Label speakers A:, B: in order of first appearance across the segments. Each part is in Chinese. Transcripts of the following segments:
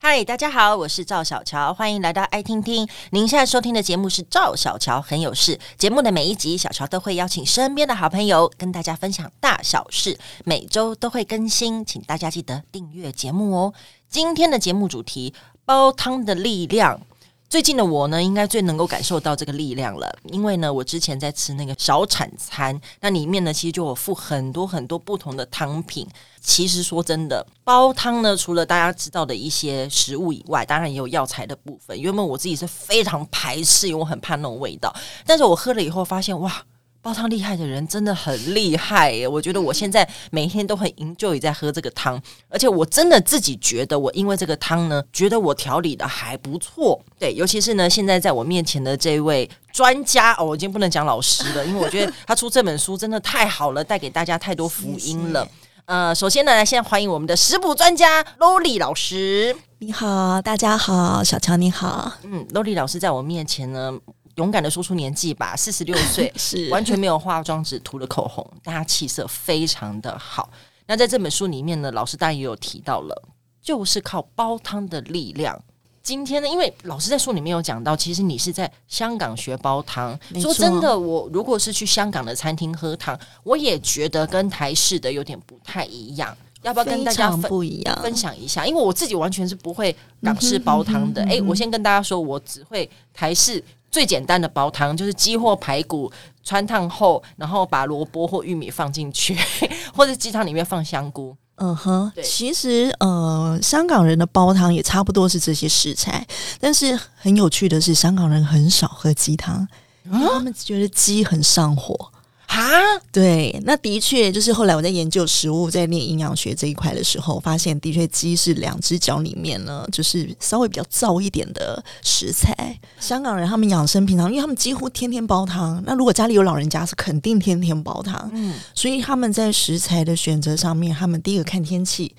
A: 嗨，大家好，我是赵小乔，欢迎来到爱听听。您现在收听的节目是《赵小乔很有事》。节目的每一集，小乔都会邀请身边的好朋友跟大家分享大小事，每周都会更新，请大家记得订阅节目哦。今天的节目主题：煲汤的力量。最近的我呢，应该最能够感受到这个力量了，因为呢，我之前在吃那个小产餐，那里面呢，其实就有附很多很多不同的汤品。其实说真的，煲汤呢，除了大家知道的一些食物以外，当然也有药材的部分。原本我自己是非常排斥，因为我很怕那种味道，但是我喝了以后发现，哇！煲汤厉害的人真的很厉害耶！我觉得我现在每天都很 enjoy 在喝这个汤，而且我真的自己觉得，我因为这个汤呃呢，觉得我调理的还不错。对，尤其是呢，现在在我面前的这位专家哦，我已经不能讲老师了，因为我觉得他出这本书真的太好了，带给大家太多福音了。呃，首先呢，来现在欢迎我们的食补专家 Loli 老师。
B: 你好，大家好，小乔你好，
A: 嗯，Loli 老师在我面前呢，勇敢的说出年纪吧， 四十六岁，
B: 是
A: 完全没有化妆，只涂了口红，但她气色非常的好。那在这本书里面呢，老师当然也有提到了，就是靠煲汤的力量。今天呢，因为老师在书里面有讲到，其实你是在香港学煲汤。
B: 没
A: 说
B: 错
A: 真的，我如果是去香港的餐厅喝汤，我也觉得跟台式的有点不太一样。要不要跟
B: 非
A: 大家
B: 常
A: 分
B: 不一样，
A: 分享一下，因为我自己完全是不会港式煲汤的。哎、我先跟大家说，我只会台式最简单的煲汤，就是鸡或排骨穿烫后，然后把萝卜或玉米放进去， 或者鸡汤里面放香菇。
B: 嗯哼
A: 对，
B: 其实呃，香港人的煲汤也差不多是这些食材，但是很有趣的是，香港人很少喝鸡汤，因
A: 啊
B: 为他们觉得鸡很上火。
A: 哈，
B: 对，那的确就是后来我在研究食物，在念营养学这一块的时候，发现的确鸡是两只脚里面呢，就是稍微比较燥一点的食材。香港人他们养生平常，因为他们几乎天天煲汤，那如果家里有老人家是肯定天天煲汤，
A: 嗯，
B: 所以他们在食材的选择上面，他们第一个看天气，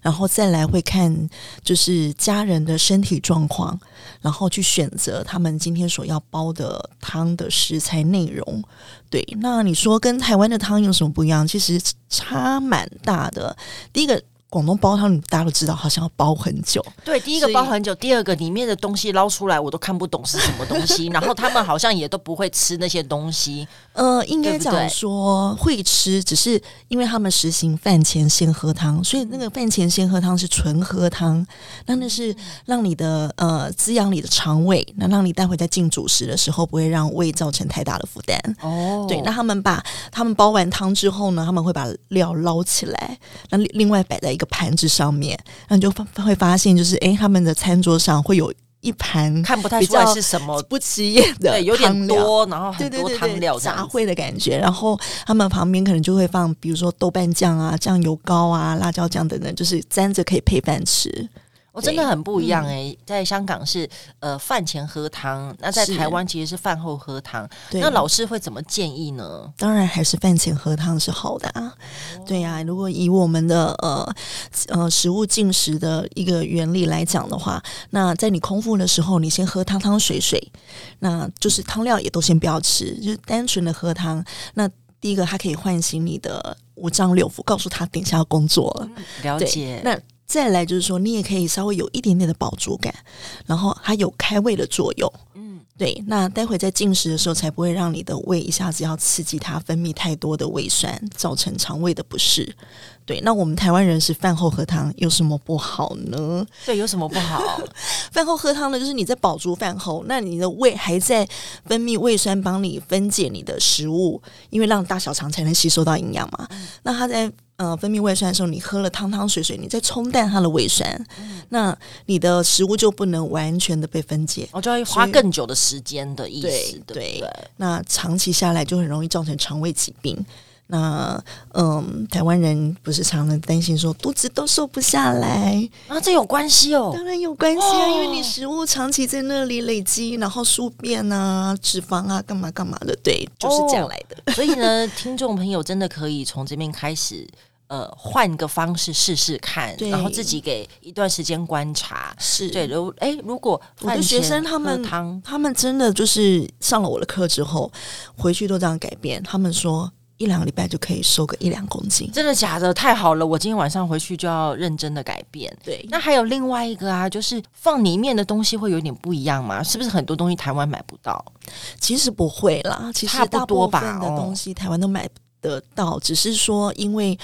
B: 然后再来会看就是家人的身体状况，然后去选择他们今天所要煲的汤的食材内容。对，那你说跟台湾的汤有什么不一样？其实差蛮大的。第一个，广东煲汤大家都知道，好像要煲很久，
A: 对，第一个
B: 所以
A: 煲很久，第二个里面的东西捞出来我都看不懂是什么东 西，然后他们好像也都不会吃那些东西。
B: 呃，应
A: 对
B: 该
A: 不
B: 讲
A: 对
B: 说会吃，只是因为他们实行饭前先喝汤，所以那个饭前先喝汤是纯喝汤，那那是让你的呃滋养你的肠胃，那让你待会在进主食的时候不会让胃造成太大的负担。
A: 哦
B: 对，那他们把他们煲完汤之后呢，他们会把料捞起来，那另另外摆在一个盘子上面，那你就发会发现就是诶，他们的餐桌上会有一盘
A: 看不太
B: 比
A: 出来
B: 较
A: 是什么，
B: 不起眼的
A: 对，有
B: 汤
A: 点
B: 料
A: 多，然后
B: 对
A: 很
B: 对
A: 多
B: 对
A: 汤料
B: 对，
A: 这样
B: 杂
A: 子
B: 烩的感觉。然后他们旁边可能就会放，比如说豆瓣酱啊、酱油膏啊、辣椒酱等等，就是沾着可以配饭吃。
A: 我、
B: 对
A: 真的很不一样哎、在香港是呃饭前喝汤，那在
B: 是
A: 台湾其实是饭后喝汤。
B: 对，
A: 那老师会怎么建议呢？
B: 当然还是饭前喝汤是好的啊。对呀、如果以我们的呃呃食物进食的一个原理来讲的话，那在你空腹的时候，你先喝汤汤水水，那就是汤料也都先不要吃，就是单纯的喝汤。那第一个，它可以唤醒你的五脏六腑，告诉他等一下要工作了。
A: 嗯了
B: 对，
A: 解，
B: 那再来就是说，你也可以稍微有一点点的饱足感，然后它有开胃的作用。
A: 嗯
B: 嗯，对。那待会在进食的时候，才不会让你的胃一下子要刺激它分泌太多的胃酸，造成肠胃的不适。对，那我们台湾人是饭后喝汤，有什么不好呢？
A: 对，有什么不好？
B: 饭后喝汤呢，就是你在饱足饭后，那你的胃还在分泌胃酸，帮你分解你的食物，因为让大小肠才能吸收到营养嘛。
A: 嗯
B: 那它在呃分泌胃酸的时候，你喝了汤汤水水，你在冲淡它的胃酸，
A: 嗯
B: 那你的食物就不能完全的被分解，
A: 我就要花更久的时间的意思，对
B: 对
A: 不对？
B: 那长期下来就很容易造成肠胃疾病。那嗯，台湾人不是常常担心说肚子都瘦不下来，
A: 啊，这有关系 哦
B: 当。然有关系啊，
A: 哦
B: 因为你食物长期在那里累积，然后宿便啊、脂肪啊、干嘛干嘛的，对，就是这样来的。
A: 所以呢，听众朋友真的可以从这边开始。呃，换个方式试试看，
B: 对
A: 然后自己给一段时间观察。
B: 是
A: 对，如哎，如果
B: 我的
A: 饭
B: 学
A: 前
B: 生他
A: 喝
B: 们
A: 汤
B: 他们真的就是上了我的课之后，回去都这样改变。他们说：“一两个礼拜就可以瘦个一两公斤。
A: 真的假的？太好了，我今天晚上回去就要认真的改变。
B: 对
A: 那还有另外一个啊，就是放里面的东西会有点不一样吗？是不是很多东西台湾买不到？
B: 其实不会啦，其实
A: 差不
B: 大
A: 多
B: 部
A: 吧
B: 分的
A: 哦
B: 东西台湾都买得到，只是说因为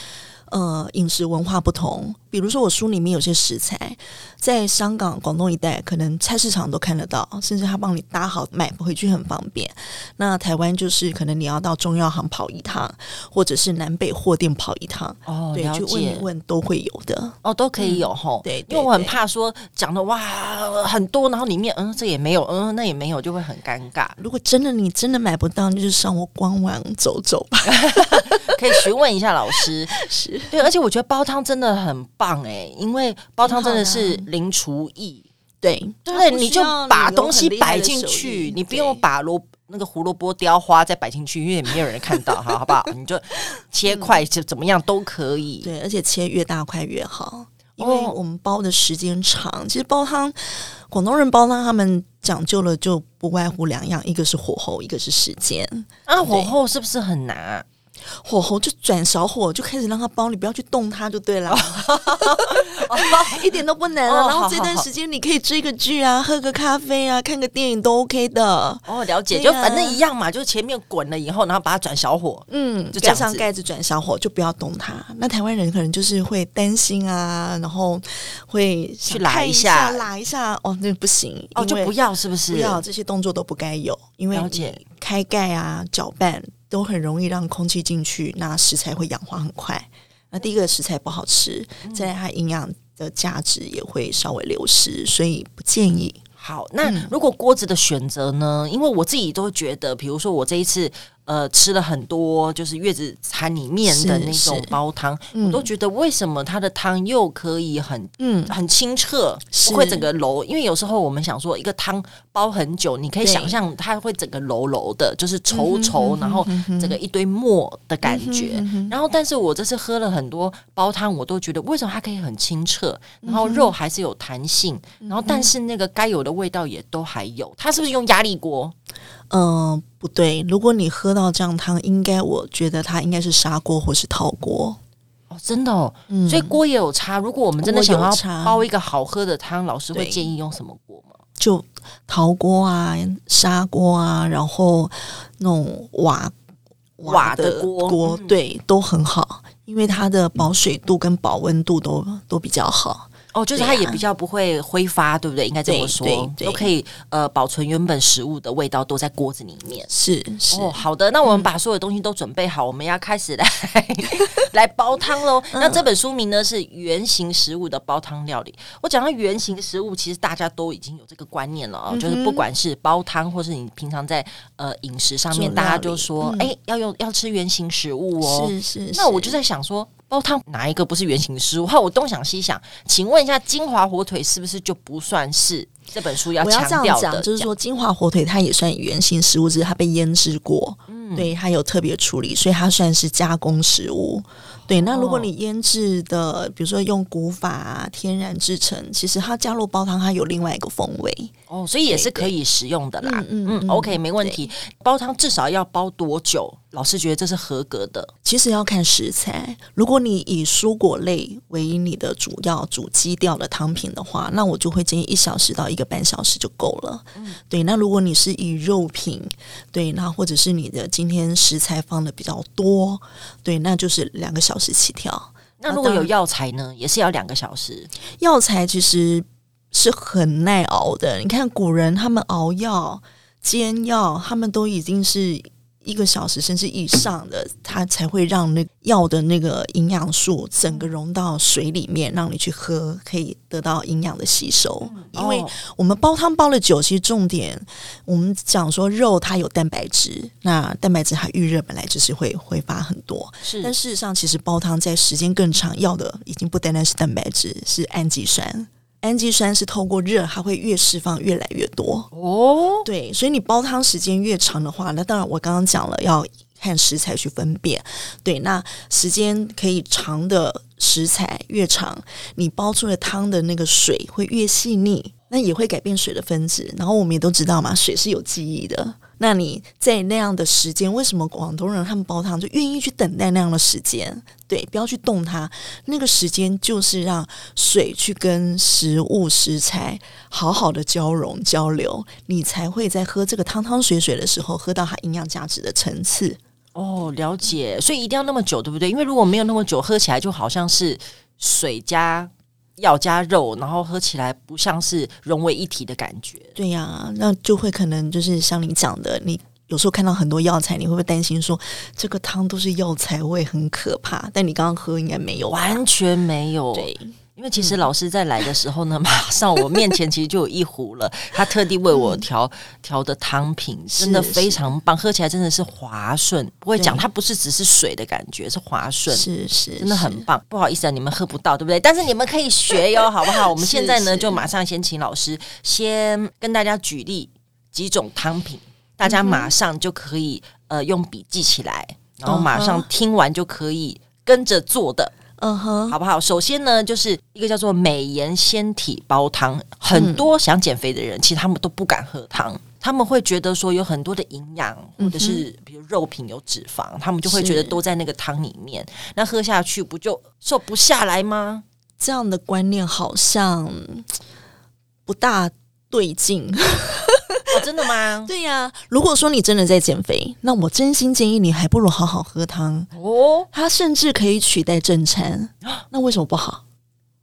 B: 呃饮食文化不同，比如说我书里面有些食材，在香港、广东一带可能菜市场都看得到，甚至他帮你搭好买回去很方便。那台湾就是可能你要到中药行跑一趟，或者是南北货店跑一趟，
A: 哦，
B: 对，
A: 了
B: 去问一
A: 解。
B: 问都会有的。
A: 哦，都可以有吼、
B: 对
A: 因为我很
B: 对对
A: 怕说讲的哇很多，然后里面嗯这也没有，嗯那也没有，就会很尴尬。
B: 如果真的你真的买不到，那就上我官网走走吧。
A: 可以询问一下老师。
B: 是，
A: 对，而且我觉得煲汤真的很棒哎、因为煲汤真的是
B: 挺
A: 零厨艺，
B: 对，啊
A: 对
B: 它不
A: 你
B: 需
A: 就
B: 要
A: 把
B: 有
A: 东
B: 很
A: 西
B: 厉害
A: 摆
B: 的
A: 进
B: 手
A: 去
B: 艺，
A: 你不
B: 对
A: 用把萝那个胡萝卜雕花再摆进去，因为没有人看到，好好 不好？你就切块就怎么样都可以。
B: 对，而且切越大块越好，因为
A: 哦
B: 我们煲的时间长。其实煲汤，广东人煲汤他们讲究了就不外乎两样，一个是火候，一个是时间。
A: 啊，火
B: 对
A: 候是不是很难啊？
B: 火候就转小火，就开始让它煲，你不要去动它就对了，一点都不 难
A: 哦
B: 啊。然
A: 好
B: 后这
A: 好
B: 段
A: 好
B: 时间你可以追个剧啊，喝个咖啡啊，看个电影都 OK 的。
A: 哦，了解，
B: 对
A: 就
B: 呀
A: 反正一样嘛，就是前面滚了以后，然后把它转小火。
B: 嗯，
A: 就这
B: 盖
A: 样
B: 上
A: 子
B: 盖子转小火，就不要动它。那台湾人可能就是会担心啊，然后会
A: 去
B: 想
A: 拉
B: 看
A: 一
B: 一
A: 下
B: 拉一下，哦，那不行，
A: 哦，
B: 因
A: 就
B: 为
A: 不要是不是？
B: 不要这些动作都不该有，因为
A: 了解
B: 开盖啊、搅拌都很容易让空气进去，那食材会氧化很快。那第一个食材不好吃，
A: 嗯
B: 再来它营养的价值也会稍微流失，所以不建议。
A: 好，那如果锅子的选择呢？因为我自己都觉得，比如说我这一次呃吃了很多就是月子餐里面的
B: 是
A: 那种
B: 是
A: 煲汤，
B: 嗯
A: 我都觉得为什么它的汤又可以很
B: 嗯，
A: 很清澈，
B: 是
A: 不会整个揉？因为有时候我们想说一个汤煲很久，你可以
B: 对嗯
A: 想象它会整个揉揉的，就是稠稠，然后整个一堆沫的感觉。然后，但是我这次喝了很多煲汤，我都觉得为什么它可以很清澈，
B: 嗯
A: 然后肉还是有弹性，然后但是那个该有的味道也都还有。它是不是用压力锅？
B: 嗯、不对，如果你喝到这样汤，应该我觉得它应该是砂锅或是陶锅。
A: 哦，真的哦，
B: 嗯，
A: 所以锅也有差。如果我们真的想
B: 锅有
A: 要
B: 差
A: 煲一个好喝的汤，老师会
B: 对
A: 建议用什么锅吗？
B: 就陶锅啊、砂锅啊，然后那种瓦
A: 瓦的
B: 的
A: 锅嗯
B: 对，都很好，因为它的保水度跟保温度都都比较好。
A: 哦，就是
B: 对
A: 它也
B: 啊
A: 比较不会挥发，对不对？应该这么
B: 对
A: 说
B: 对，对
A: 都可以呃保存原本食物的味道都在锅子里面。
B: 是是，
A: 哦，好的，那我们把所有东西都准备好，我们要开始来 来煲汤喽。
B: 嗯
A: 那这本书名呢是《原型食物的煲汤料理》。我讲到原型食物，其实大家都已经有这个观念
B: 嗯
A: 了啊、就是不管是煲汤，或是你平常在呃饮食上面，
B: 做料理
A: 大家就说，
B: 嗯
A: 哎、要用要吃原型食物哦。
B: 是是。
A: 那我就是在想说，煲汤哪一个不是原型食物？哈，我东想西想，请问一下，金华火腿是不是就不算是这本书要
B: 我要
A: 强
B: 这
A: 调
B: 样
A: 的？
B: 讲，就是说金华火腿它也算原型食物，只是它被腌制过，
A: 嗯
B: 对，它有特别处理，所以它算是加工食物。对，那如果
A: 哦
B: 你腌制的，比如说用古法、啊、天然制成，其实它加入煲汤，它有另外一个风味。
A: 哦，所以也是
B: 对对
A: 可以食用的啦。
B: 嗯
A: 嗯
B: 嗯嗯
A: o k 没问题。煲汤至少要煲多久？老师觉得这是合格的
B: 其实要看食材。如果你以蔬果类为你的主要主基调的汤品的话，那我就会建议一小时到一个半小时就够了。
A: 嗯
B: 对，那如果你是以肉品，对，那或者是你的今天食材放的比较多，对，那就是两个小时起跳。
A: 那
B: 那
A: 如果
B: 啊当
A: 有
B: 然
A: 药材呢，也是要两个小时。
B: 药材其实是很耐熬的，你看古人他们熬药、煎药，他们都已经是。一个小时甚至以上的，它才会让那药的那个营养素整个融到水里面，让你去喝，可以得到营养的吸收。因为
A: 哦
B: 我们煲汤煲了久，其实重点我们讲说肉它有蛋白质，那蛋白质它预热本来就是会挥发很多，
A: 是
B: 但事实上，其实煲汤在时间更长，要的已经不单单是蛋白质，是氨基酸。氨基酸是透过热，它会越释放越来越多。
A: 哦，
B: 对，所以你煲汤时间越长的话，那当然我刚刚讲了要看食材去分辨。对，那时间可以长的食材越长，你煲出的汤的那个水会越细腻，那也会改变水的分子。然后我们也都知道嘛，水是有记忆的。那你在那样的时间，为什么广东人他们煲汤就愿意去等待那样的时间？对，不要去动它，那个时间就是让水去跟食物食材好好的交融交流，你才会在喝这个汤汤水水的时候喝到它营养价值的层次。
A: 哦，了解，所以一定要那么久，对不对？因为如果没有那么久，喝起来就好像是水加药加肉，然后喝起来不像是融为一体的感觉。
B: 对呀、那就会可能就是像你讲的，你有时候看到很多药材，你会不会担心说这个汤都是药材味，很可怕？但你刚刚喝应该没有吧，啊
A: 完全没有，
B: 对，嗯
A: 因为其实老师在来的时候呢， 马上我面前其实就有一壶了，他特地为我调调的汤品，真的
B: 嗯是
A: 非常棒，喝起来真的是滑顺，不会讲
B: 对
A: 它不是只是水的感觉，是滑顺。
B: 是是，
A: 真的
B: 是
A: 很棒，不好意思啊，你们喝不到，对不对？但是你们可以学 哟，好不好？我们现在呢，
B: 是
A: 就马上先请老师先跟大家举例几种汤
B: 嗯
A: 品，大家马上就可以、呃用笔记起来，然后马上
B: 嗯哼
A: 听完就可以跟着做的。
B: 嗯哼，
A: 好不好？首先呢，就是一个叫做美颜纤体煲汤，很多想减肥的
B: 嗯
A: 人，其实他们都不敢喝汤。他们会觉得说有很多的营养，或者是比如肉品有脂肪，他们就会觉得
B: 嗯是
A: 都在那个汤里面，那喝下去不就瘦不下来吗？
B: 这样的观念好像不大对劲。
A: 哦，真的吗？
B: 对呀、如果说你真的在减肥，那我真心建议你还不如好好喝汤，
A: 哦，
B: 它甚至可以取代正餐。那为什么不好？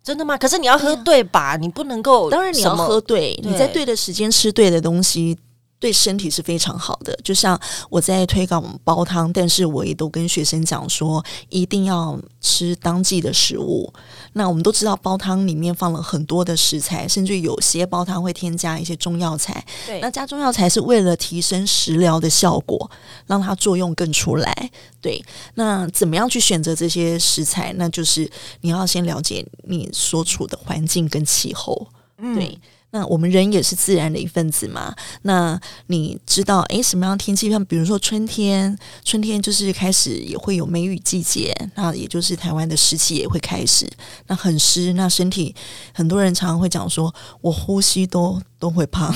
A: 真的吗？可是你要喝
B: 对啊
A: 对吧？你不能够
B: 当然你要
A: 什么
B: 喝对，
A: 对
B: 你在对的时间吃对的东西。对身体是非常好的，就像我在推广煲汤，但是我也都跟学生讲说，一定要吃当季的食物。那我们都知道煲汤里面放了很多的食材，甚至有些煲汤会添加一些中药材，
A: 对
B: 那加中药材是为了提升食疗的效果，让它作用更出来。对，那怎么样去选择这些食材？那就是你要先了解你所处的环境跟气候。
A: 嗯
B: 对，那我们人也是自然的一份子嘛。那你知道，诶，什么样的天气？像比如说春天，春天就是开始也会有梅雨季节，那也就是台湾的湿气也会开始，那很湿，那身体很多人常常会讲说，我呼吸都都会胖。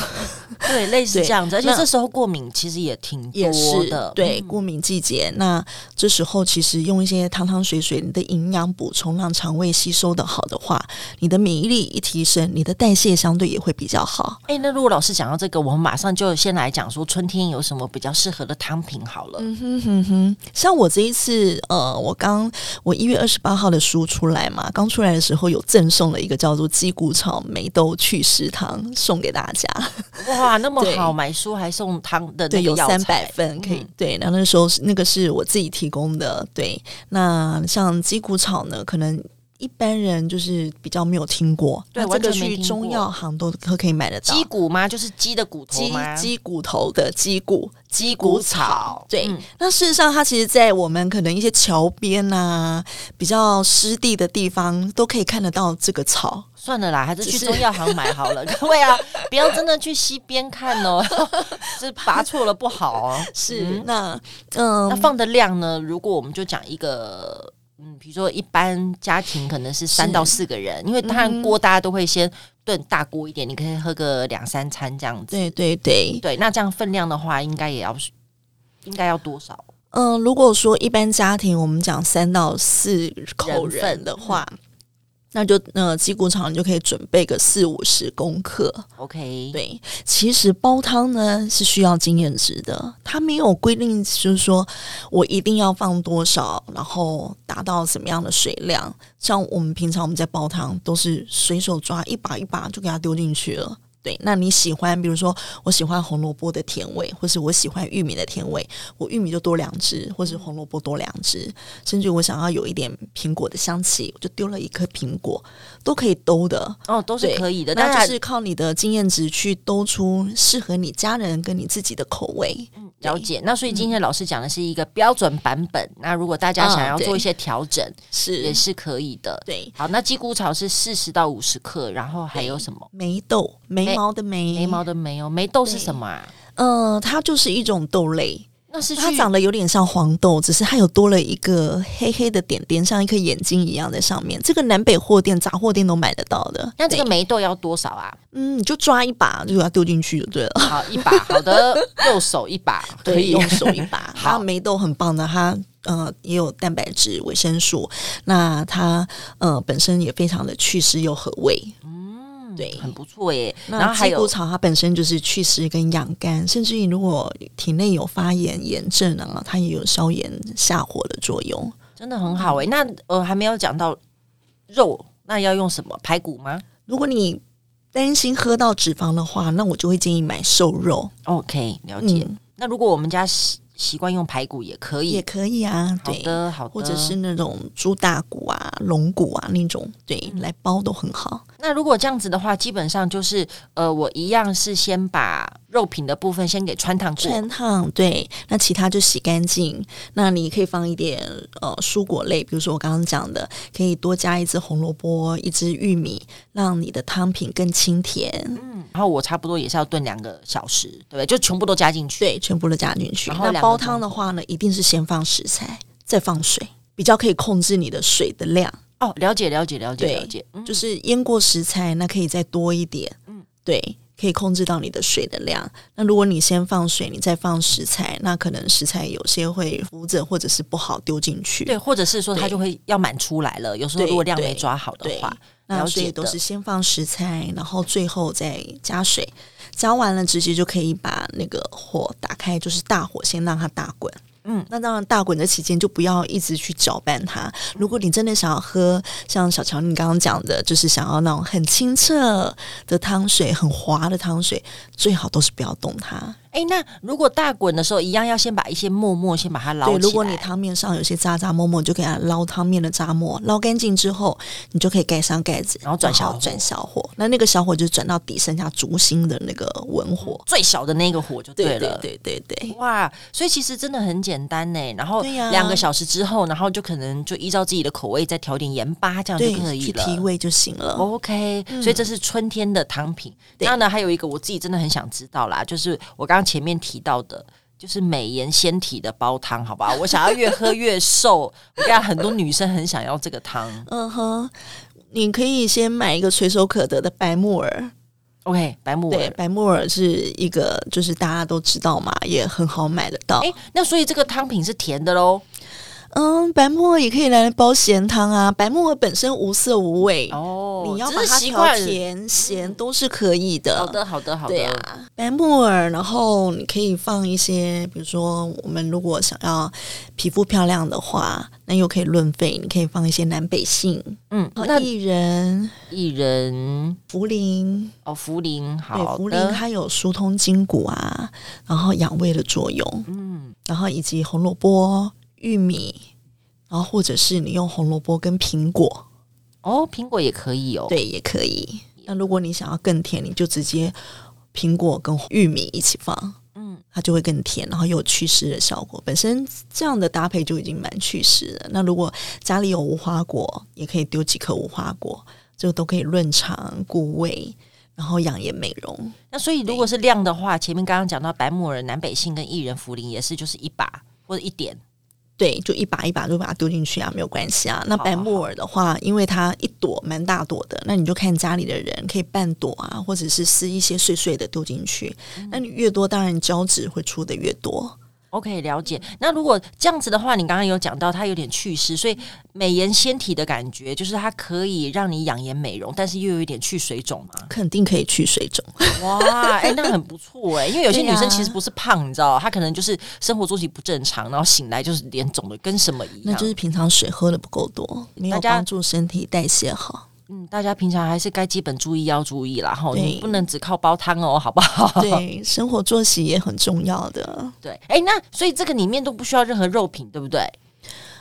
A: 对，类似
B: 对
A: 这样子，而且
B: 那
A: 这时候过敏其实也挺
B: 也
A: 多
B: 是
A: 的，
B: 对
A: 嗯
B: 过敏季节，那这时候其实用一些汤汤水水你的营养补充，让肠胃吸收的好的话，你的免疫力一提升，你的代谢相对也会比较好。
A: 哎、那如果老师讲到这个，我们马上就先来讲说春天有什么比较适合的汤品好了。
B: 嗯哼哼哼，像我这一次，呃，我刚我一月二十八号的书出来嘛，刚出来的时候有赠送了一个叫做鸡骨草梅豆去湿汤送给大家。
A: 哇，那么
B: 对
A: 好，买书还送汤的那
B: 对，
A: 个
B: 有
A: 药
B: 三
A: 材
B: 百份可以、
A: 嗯
B: 对。然后那时候是那个是我自己提供的，对。那像鸡骨草呢，可能一般人就是比较没有听过，
A: 对
B: 那
A: 完
B: 这个
A: 全没
B: 去
A: 听
B: 中
A: 过
B: 药行都都可以买得到。
A: 鸡骨吗？就是鸡的骨头
B: 鸡
A: 吗？
B: 鸡骨头的鸡骨，鸡
A: 骨草
B: 对，
A: 嗯
B: 那事实上，它其实，在我们可能一些桥边啊，比较湿地的地方，都可以看得到这个草。
A: 算了啦，还是
B: 只
A: 去
B: 是
A: 中药行买好了。各位啊，不要真的去溪边看哦， 这拔错了不好哦。
B: 是，
A: 嗯
B: 那嗯，
A: 那放的量呢？如果我们就讲一个。嗯，比如说一般家庭可能是三
B: 是
A: 到四个人，因为当然
B: 嗯哼
A: 锅大家都会先炖大锅一点，你可以喝个两三餐这样子。
B: 对对对，
A: 对，那这样分量的话，应该也要应该要多少？
B: 嗯，如果说一般家庭，我们讲三到四口
A: 人份
B: 人的话，那就呃鸡骨草你就可以准备个四五十公克。
A: OK，
B: 对，其实煲汤呢是需要经验值的，它没有规定就是说我一定要放多少，然后达到什么样的水量。像我们平常我们在煲汤都是随手抓一把一把就给它丢进去了。对，那你喜欢，比如说我喜欢红萝卜的甜味，或是我喜欢玉米的甜味，我玉米就多两只，或是红萝卜多两只，甚至我想要有一点苹果的香气，我就丢了一颗苹果，都可以兜的。
A: 哦，都是
B: 对
A: 可以的，但
B: 那就是是靠你的经验值去兜出适合你家人跟你自己的口味。
A: 了解。那所
B: 嗯
A: 以今天老师讲的是一个标准版本，那如果大家想
B: 嗯
A: 要
B: 对
A: 做一些调整，也
B: 是，
A: 是可以的。
B: 对，
A: 好，那鸡骨草是四十到五十克，然后还有什么？
B: 眉豆，眉毛的眉，
A: 眉毛，的眉哦，眉豆是
B: 对
A: 什么啊？
B: 呃，它就是一种豆类。
A: 那是
B: 它
A: 去
B: 长得有点像黄豆，只是它有多了一个黑黑的点点，像一颗眼睛一样在上面。这个南北货店、杂货店都买得到的。
A: 那这个
B: 对
A: 梅豆要多少啊？
B: 嗯，你就抓一把就把它丢进去就对了。
A: 好，一把，好 的，右手一把，可
B: 对
A: 以。
B: 用 手一把它
A: 好，
B: 梅豆很棒的，它呃也有蛋白质、维生素，那它呃本身也非常的祛湿又和胃。嗯，对。
A: 很不错耶。然
B: 那
A: 后还
B: 鸡骨
A: 有
B: 草它本身就是祛湿跟养肝，甚至于如果体内有发炎、炎症啊，它也有消炎下火的作用。
A: 真的很好哎。
B: 嗯
A: 那呃还没有讲到肉，那要用什么排骨吗
B: 如果你担心喝到脂肪的话，那我就会建议买瘦肉，
A: ？OK，了解。
B: 嗯，
A: 那如果我们家习习惯用排骨也可
B: 也
A: 以，
B: 可以啊，
A: 好
B: 对，
A: 的，好的。
B: 或者是那种猪大骨啊、龙骨啊那种，对，来煲都很好。
A: 那如果这样子的话，基本上就是呃，我一样是先把肉品的部分先给穿烫过，
B: 穿烫，对，那其他就洗干净。那你可以放一点呃蔬果类，比如说我刚刚讲的，可以多加一只红萝卜、一只玉米，让你的汤品更清甜。
A: 然后我差不多也是要炖两个小时，对不对？就全部都加进去。
B: 对，全部都加进去。
A: 然后
B: 那
A: 两个
B: 煲
A: 汤
B: 汤的话呢，一定是先放食材，再放水，比较可以控制你的水的量。
A: 哦，了解，了解，了解，
B: 对
A: 了解。嗯
B: 就是腌过食材，那可以再多一点，嗯，对，可以控制到你的水的量。那如果你先放水，你再放食材，那可能食材有些会浮着或者是不好丢进去，
A: 对，或者是说它
B: 对
A: 就会要满出来了。有时候
B: 对
A: 如果量
B: 对
A: 没抓好的
B: 对
A: 话，
B: 那
A: 了
B: 嗯所以
A: 解
B: 都
A: 的
B: 是先放食材，然后最后再加水，加完了直接就可以把那个火打开，就是大火先让它大滚。
A: 嗯，
B: 那当然大滚的期间就不要一直去搅拌它。如果你真的想要喝像小乔你刚刚讲的，就是想要那种很清澈的汤水、很滑的汤水，最好都是不要动它。
A: 哎，那如果大滚的时候，一样要先把一些沫沫先把它捞起
B: 对，
A: 来。
B: 如果你汤面上有些渣渣沫沫，你就给它捞汤面的渣沫，捞干净之后，你就可以盖上盖子，
A: 然后转小火
B: 转小火。那那个小火就转到底，剩下竹心的那个文火。
A: 最小的那个火就
B: 对
A: 了。
B: 对对对对。
A: 哇，所以其实真的很简单呢。然后
B: 对呀
A: 两个小时之后，然后就可能就依照自己的口味再调点盐巴，这样就可
B: 对，
A: 以
B: 去
A: 了。哦
B: 提味就行了。
A: OK，、所以这是春天的汤品。
B: 对
A: 那呢，还有一个我自己真的很想知道啦，就是我刚刚前面提到的，就是美颜纤体的煲汤，好吧？我想要越喝越瘦，我看很多女生很想要这个汤。
B: 嗯哼，你可以先买一个垂手可得的白木耳。
A: OK，白木
B: 对，
A: 耳。
B: 白木耳是一个就是大家都知道嘛，也很好买得到。
A: 哎，那所以这个汤品是甜的喽？
B: 嗯，白木耳也可以来煲咸汤啊。白木耳本身无色无味。
A: 哦，
B: 你要
A: 只
B: 把
A: 是
B: 它
A: 习
B: 调
A: 惯。嗯
B: 甜咸都是可以的。
A: 好的，好的，好的。
B: 对啊，白木耳，然后你可以放一些，比如说我们如果想要皮肤漂亮的话，那又可以润肺，你可以放一些南北杏、
A: 嗯，
B: 哦
A: 那
B: 薏仁、
A: 薏仁
B: 茯苓，
A: 哦，茯苓
B: 对，
A: 好
B: 茯苓
A: 的，
B: 它有疏通筋骨啊，然后养胃的作用，嗯，然后以及红萝卜、玉米，然后或者是你用红萝卜跟苹果，
A: 哦，苹果也可以哦。
B: 对，也可以。那如果你想要更甜，你就直接苹果跟玉米一起放，嗯，它就会更甜，然后又有祛湿的效果。本身这样的搭配就已经蛮祛湿的。那如果家里有无花果，也可以丢几颗无花果，就都可以润肠固胃，然后养颜美容。
A: 那所以如果是量的话，前面刚刚讲到白木耳、南北杏跟薏仁、茯苓也是，就是一把或者一点。
B: 对，就一把一把就把它丢进去啊，没有关系啊。那
A: 好
B: 白
A: 好
B: 木耳的话，因为它一朵蛮大朵的，那你就看家里的人可以半朵啊，或者是撕一些碎碎的丢进去。
A: 嗯
B: 那你越多，当然胶质会出的越多。
A: OK，了解。
B: 嗯。
A: 那如果这样子的话，你刚刚有讲到它有点祛湿，所以美颜纤体的感觉就是它可以让你养颜美容，但是又有一点去水肿嘛
B: 肯定可以去水肿，
A: 哇，哎、那很不错哎、因为有些
B: 对啊
A: 女生其实不是胖，你知道，她可能就是生活作息不正常，然后醒来就是脸肿的跟什么一样。
B: 那就是平常水喝的不够多，没
A: 大
B: 有
A: 家
B: 帮助身体代 谢好。
A: 嗯，大家平常还是该基本注意要注意啦，吼，
B: 对
A: 你不能只靠煲汤哦，好不好？
B: 对，生活作息也很重要的
A: 对，哎、那所以这个里面都不需要任何肉品，对不对？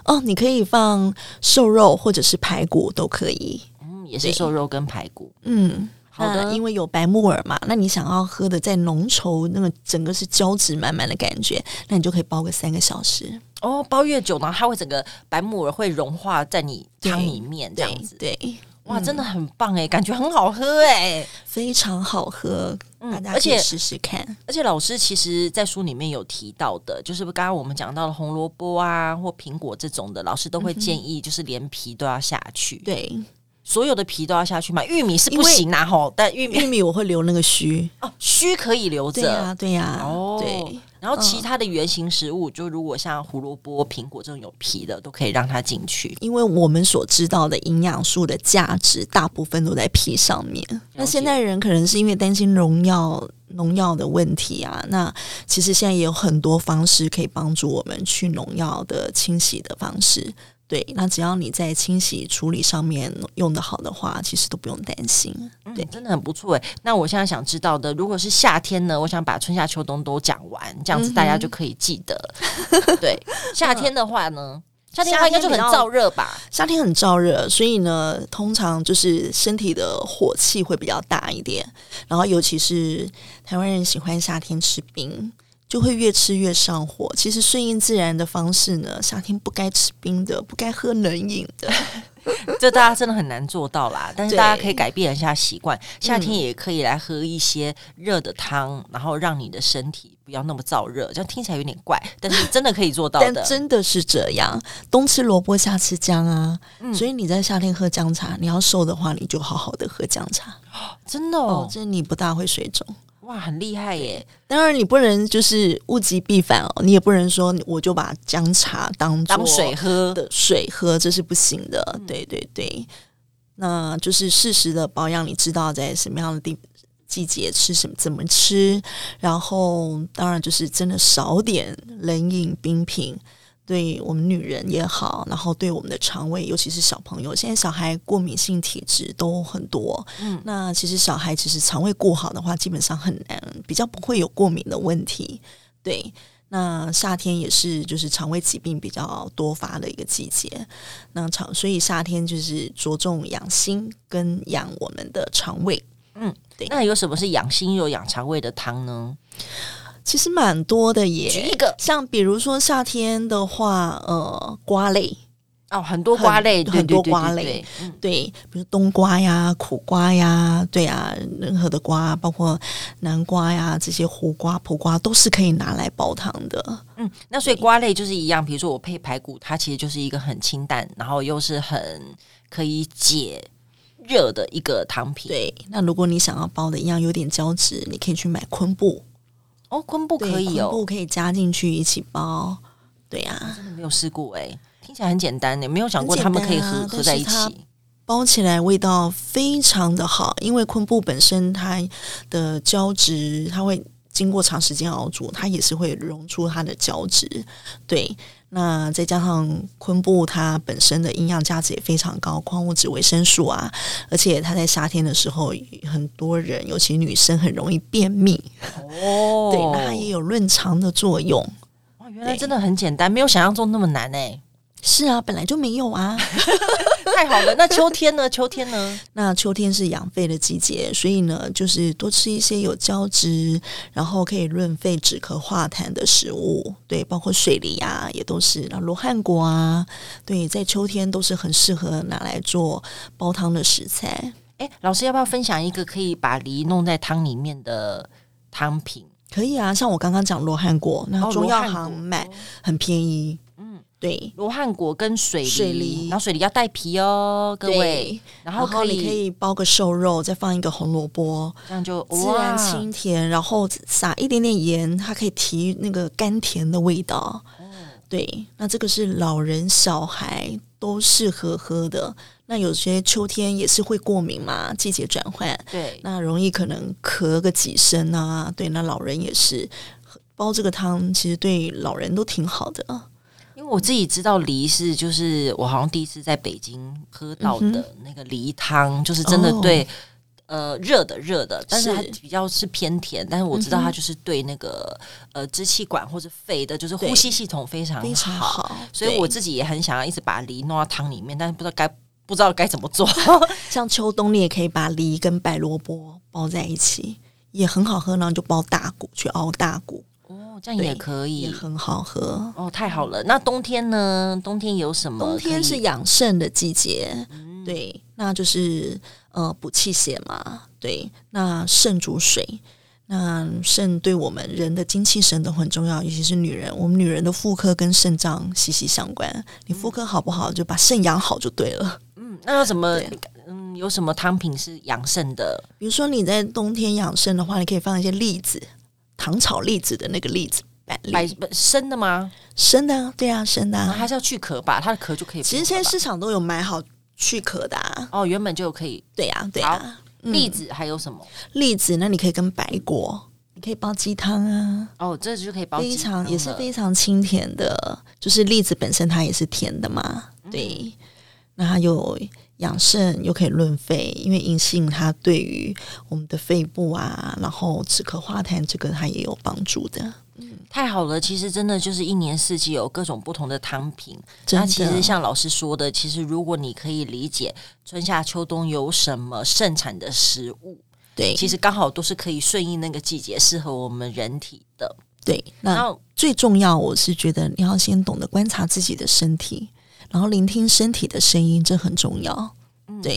B: 哦。你可以放瘦肉或者是排骨都可以。
A: 嗯，也是
B: 对
A: 瘦肉跟排骨。
B: 嗯，
A: 好的，
B: 那
A: 因
B: 因
A: 为
B: 为有白木耳嘛，那你想要喝的再浓稠，那个整个是胶质满满的感觉，那你就可以煲个三个小时。
A: 哦，煲越久呢，它会整个白木耳会融化在你汤里面，这
B: 对嗯
A: 样子。
B: 对，
A: 哇，真的很棒哎，感觉很好喝哎。
B: 非常好喝。大家
A: 而
B: 可以
A: 且
B: 试试看。
A: 而且老师其实，在书里面有提到的，就是刚刚我们讲到的红萝卜啊，或苹果这种的，老师都会建议，就是连皮都要下去，
B: 嗯 对，
A: 所有的皮都要下去嘛。玉米是
B: 因
A: 不
B: 为
A: 行啦，吼，但玉米
B: 玉米我会留那个须。
A: 哦须可以留
B: 对
A: 着。
B: 呀、对呀、
A: 哦，
B: 对。嗯
A: 然后其他的圆形食物，就如果像胡萝卜、苹果这种有皮的，都可以让它进去。
B: 因为我们所知道的营养素的价值，大部分都在皮上面。那现代人可能是因为担心农药、农药的问题啊，那其实现在也有很多方式可以帮助我们去农药的清洗的方式。对，那只要你在清洗处理上面用得好的话，其实都不用担心。对
A: 嗯，真的很不错哎。那我现在想知道的，如果是夏天呢，我想把春夏秋冬都讲完，这样子大家就可以记得。 对，夏天的话呢，夏天的话应该就很燥热 吧？
B: 夏天很燥热，所以呢，通常就是身体的火气会比较大一点。然后，尤其是台湾人喜欢夏天吃冰，就会越吃越上火。其实顺应自然的方式呢，夏天不该吃冰的，不该喝冷饮的。
A: 这大家真的很难做到啦，但是
B: 对
A: 大家可以改变一下习惯，夏天也可以来喝一些热的汤，然后让你的身体不要那么燥热。这样听起来有点怪，但是真的可以做到
B: 但
A: 的。
B: 真的是这样，冬吃萝卜夏吃姜啊。所以你在夏天喝姜茶，你要瘦的话，你就好好的喝姜茶。
A: 真的
B: 哦
A: 哦，，
B: 这你不大会水肿。
A: 哇，很厉害耶！
B: 当然，你不能就是物极必反哦，你也不能说我就把姜茶当作
A: 当水喝，
B: 的水喝，这是不行的。对对对，那就是适时的保养，你知道在什么样的地季节吃什么，怎么吃，然后当然就是真的少点冷饮冰品。对我们女人也好，然后对我们的肠胃，尤其是小朋友，现在小孩过敏性体质都很多。嗯，那其实小孩其实肠胃过好的话，基本上很难，比较不会有过敏的问题。对，那夏天也是就是肠胃疾病比较多发的一个季节，那肠所以夏天就是着重养心跟养我们的肠胃。
A: 那有什么是养心又养肠胃的汤呢？
B: 其实蛮多的
A: 举
B: 耶，
A: 一个
B: 像比如说夏天的话，呃，瓜类，
A: 哦，很多瓜类，
B: 很
A: 对
B: 很
A: 对
B: 多
A: 对
B: 瓜
A: 对
B: 类
A: 对嗯
B: 对，比如冬瓜呀、苦瓜呀，对啊，任何的瓜，包括南瓜呀、这些胡瓜、苦瓜都是可以拿来煲汤的。
A: 嗯，那所以瓜类就是一样，比如说我配排骨，它其实就是一个很清淡，然后又是很可以解热的一个汤品。，
B: 对，那如果你想要煲的一样有点胶质，你可以去买昆布。
A: 哦，昆布
B: 对
A: 可以
B: 昆
A: 哦，
B: 布可以加进去一起包。对呀、
A: 真的没有试过哎、听起来很简单呢、欸没有想过他们可以合、
B: 很简单啊
A: 合在一
B: 但是
A: 起。
B: 包起来味道非常的好，因为昆布本身它的胶质，它会经过长时间熬煮，它也是会溶出它的胶质。对，那再加上昆布它本身的营养价值也非常高，矿物质、维生素啊，而且它在夏天的时候，很多人尤其女生很容易便秘，
A: 哦，
B: 对，那它也有润肠的作用。
A: 哇，原来真的很简单，没有想象中那么难哎、
B: 是啊，本来就没有啊。
A: 太好了，那秋天呢？秋天 呢？
B: 那秋天是养肺的季节，所以呢，就是多吃一些有胶质，然后可以润肺止咳化痰的食物，对，包括水梨啊，也都是，然后罗汉果啊，对，在秋天都是很适合拿来做煲汤的食材，
A: 哎，老师要不要分享一个可以把梨弄在汤里面的汤品？
B: 可以啊。像我刚刚讲罗汉果，那
A: 哦
B: 中药
A: 罗汉
B: 行
A: 果
B: 买、很便宜，嗯，对。
A: 罗汉果跟水梨，
B: 水梨
A: 然后水梨要带皮哦，各位，
B: 对，
A: 然
B: 然
A: 后
B: 后
A: 可
B: 你可
A: 以
B: 以包个瘦肉，再放一个红萝卜，
A: 这样就
B: 自
A: 哇
B: 然清甜，然后撒一点点盐，它可以提那个甘甜的味道。
A: 哦
B: 对，那这个是老人小孩都适合喝的。那有些秋天也是会过敏嘛，季节转换，
A: 对，
B: 那容易可能咳个几声啊。对，那老人也是煲这个汤，其实对老人都挺好的。
A: 哦因为我自己知道梨是就是我好像第一次在北京喝到
B: 嗯
A: 的那个梨汤，就是真的
B: 哦
A: 对。呃，热的热的，但是它
B: 是
A: 比较是偏甜，但是我知道
B: 嗯哼
A: 它就是对那个、呃支气管或者肺的，就是呼
B: 对
A: 吸系统非常
B: 非常
A: 好。
B: 好，
A: 所以
B: 对
A: 我自己也很想要一直把梨弄到汤里面，但是不知道该不知道该怎么 做。
B: 像秋冬你也可以把梨跟白萝卜包在一起，也很好喝，然后就包大骨去熬大骨，
A: 哦，这样也
B: 对
A: 可以，
B: 也很好喝。
A: 哦，太好了！那冬天呢？冬天有什么可以？
B: 冬天是养肾的季节，对，那就是呃补气血嘛，对，那肾主水，那肾对我们人的精气神都很重要，尤其是女人，我们女人的妇科跟肾脏息息相关。你妇科好不好，就把肾养好就对了。
A: 嗯，那要怎么？嗯，有什么汤品是养肾的？
B: 比如说你在冬天养肾的话，你可以放一些栗子，糖炒栗子的那个栗子板栗，
A: 白不生的吗？
B: 生的啊，对啊，生的、
A: 啊
B: 啊。
A: 它是要去壳吧？它的壳就可以不用了吧。
B: 其实现在市场都有买好去壳的、啊，
A: 哦，原本就可以。
B: 对呀、对呀、啊
A: 好
B: 嗯
A: 栗子还有什么？
B: 栗子，那你可以跟白果，你可以煲鸡汤啊，
A: 哦，这就可以包哦
B: 非
A: 鸡汤啊
B: 常也是
A: 了
B: 非常清甜的，就是栗子本身它也是甜的嘛，
A: 嗯
B: 对，那它又养肾又可以润肺，因为银杏它对于我们的肺部啊，然后止咳化痰这个它也有帮助的，
A: 太好了。其实真的就是一年四季有各种不同的汤品。
B: 真
A: 那
B: 的。
A: 其实像老师说的，其实如果你可以理解春夏秋冬有什么盛产的食物，
B: 对，
A: 其实刚好都是可以顺应那个季节，适合我们人体的。
B: 对，那
A: 那
B: 最重要，我是觉得你要先懂得观察自己的身体，然后聆听身体的声音，这很重要。对，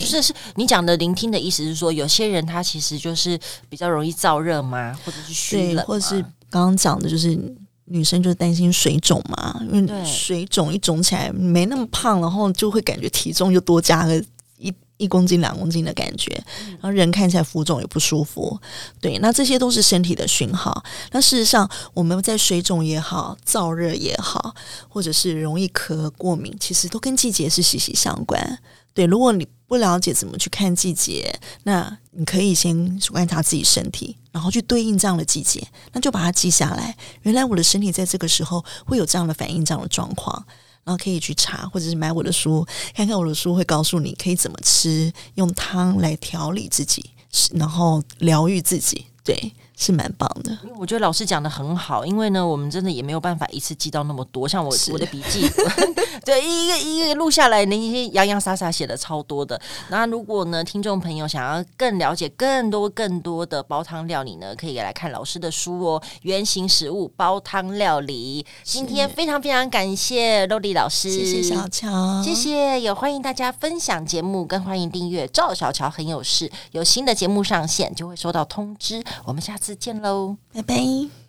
A: 嗯就是是你讲的聆听的意思是说，有些人他其实就是比较容易燥热吗？或者是虚
B: 对，
A: 冷吗，
B: 或者是刚刚讲的，就是女生就担心水肿嘛，因
A: 对
B: 为水肿一肿起来没那么胖，然后就会感觉体重就多加个一一公斤、两公斤的感觉，
A: 嗯
B: 然后人看起来浮肿也不舒服。对，那这些都是身体的讯号。那事实上，我们在水肿也好、燥热也好，或者是容易咳、过敏，其实都跟季节是息息相关。对，如果你不了解怎么去看季节，那你可以先观察自己身体，然后去对应这样的季节，那就把它记下来。原来我的身体在这个时候会有这样的反应、这样的状况，然后可以去查，或者是买我的书，看看我的书会告诉你可以怎么吃，用汤来调理自己，是然后疗愈自己，对，是蛮棒的。
A: 因为我觉得老师讲的很好，因为呢，我们真的也没有办法一次记到那么多。像我
B: 是
A: 我的笔记， 对一个一个录下来，那些洋洋洒洒写的超多的。那如果呢，听众朋友想要更了解更多更多的煲汤料理呢，可以来看老师的书哦，《原型食物煲汤料理》。今天非常非常感谢 l o l y 老师，
B: 谢谢小乔，
A: 谢谢，也欢迎大家分享节目，跟欢迎订阅《赵小乔很有事》，有新的节目上线就会收到通知。我们下次见喽。
B: 拜拜。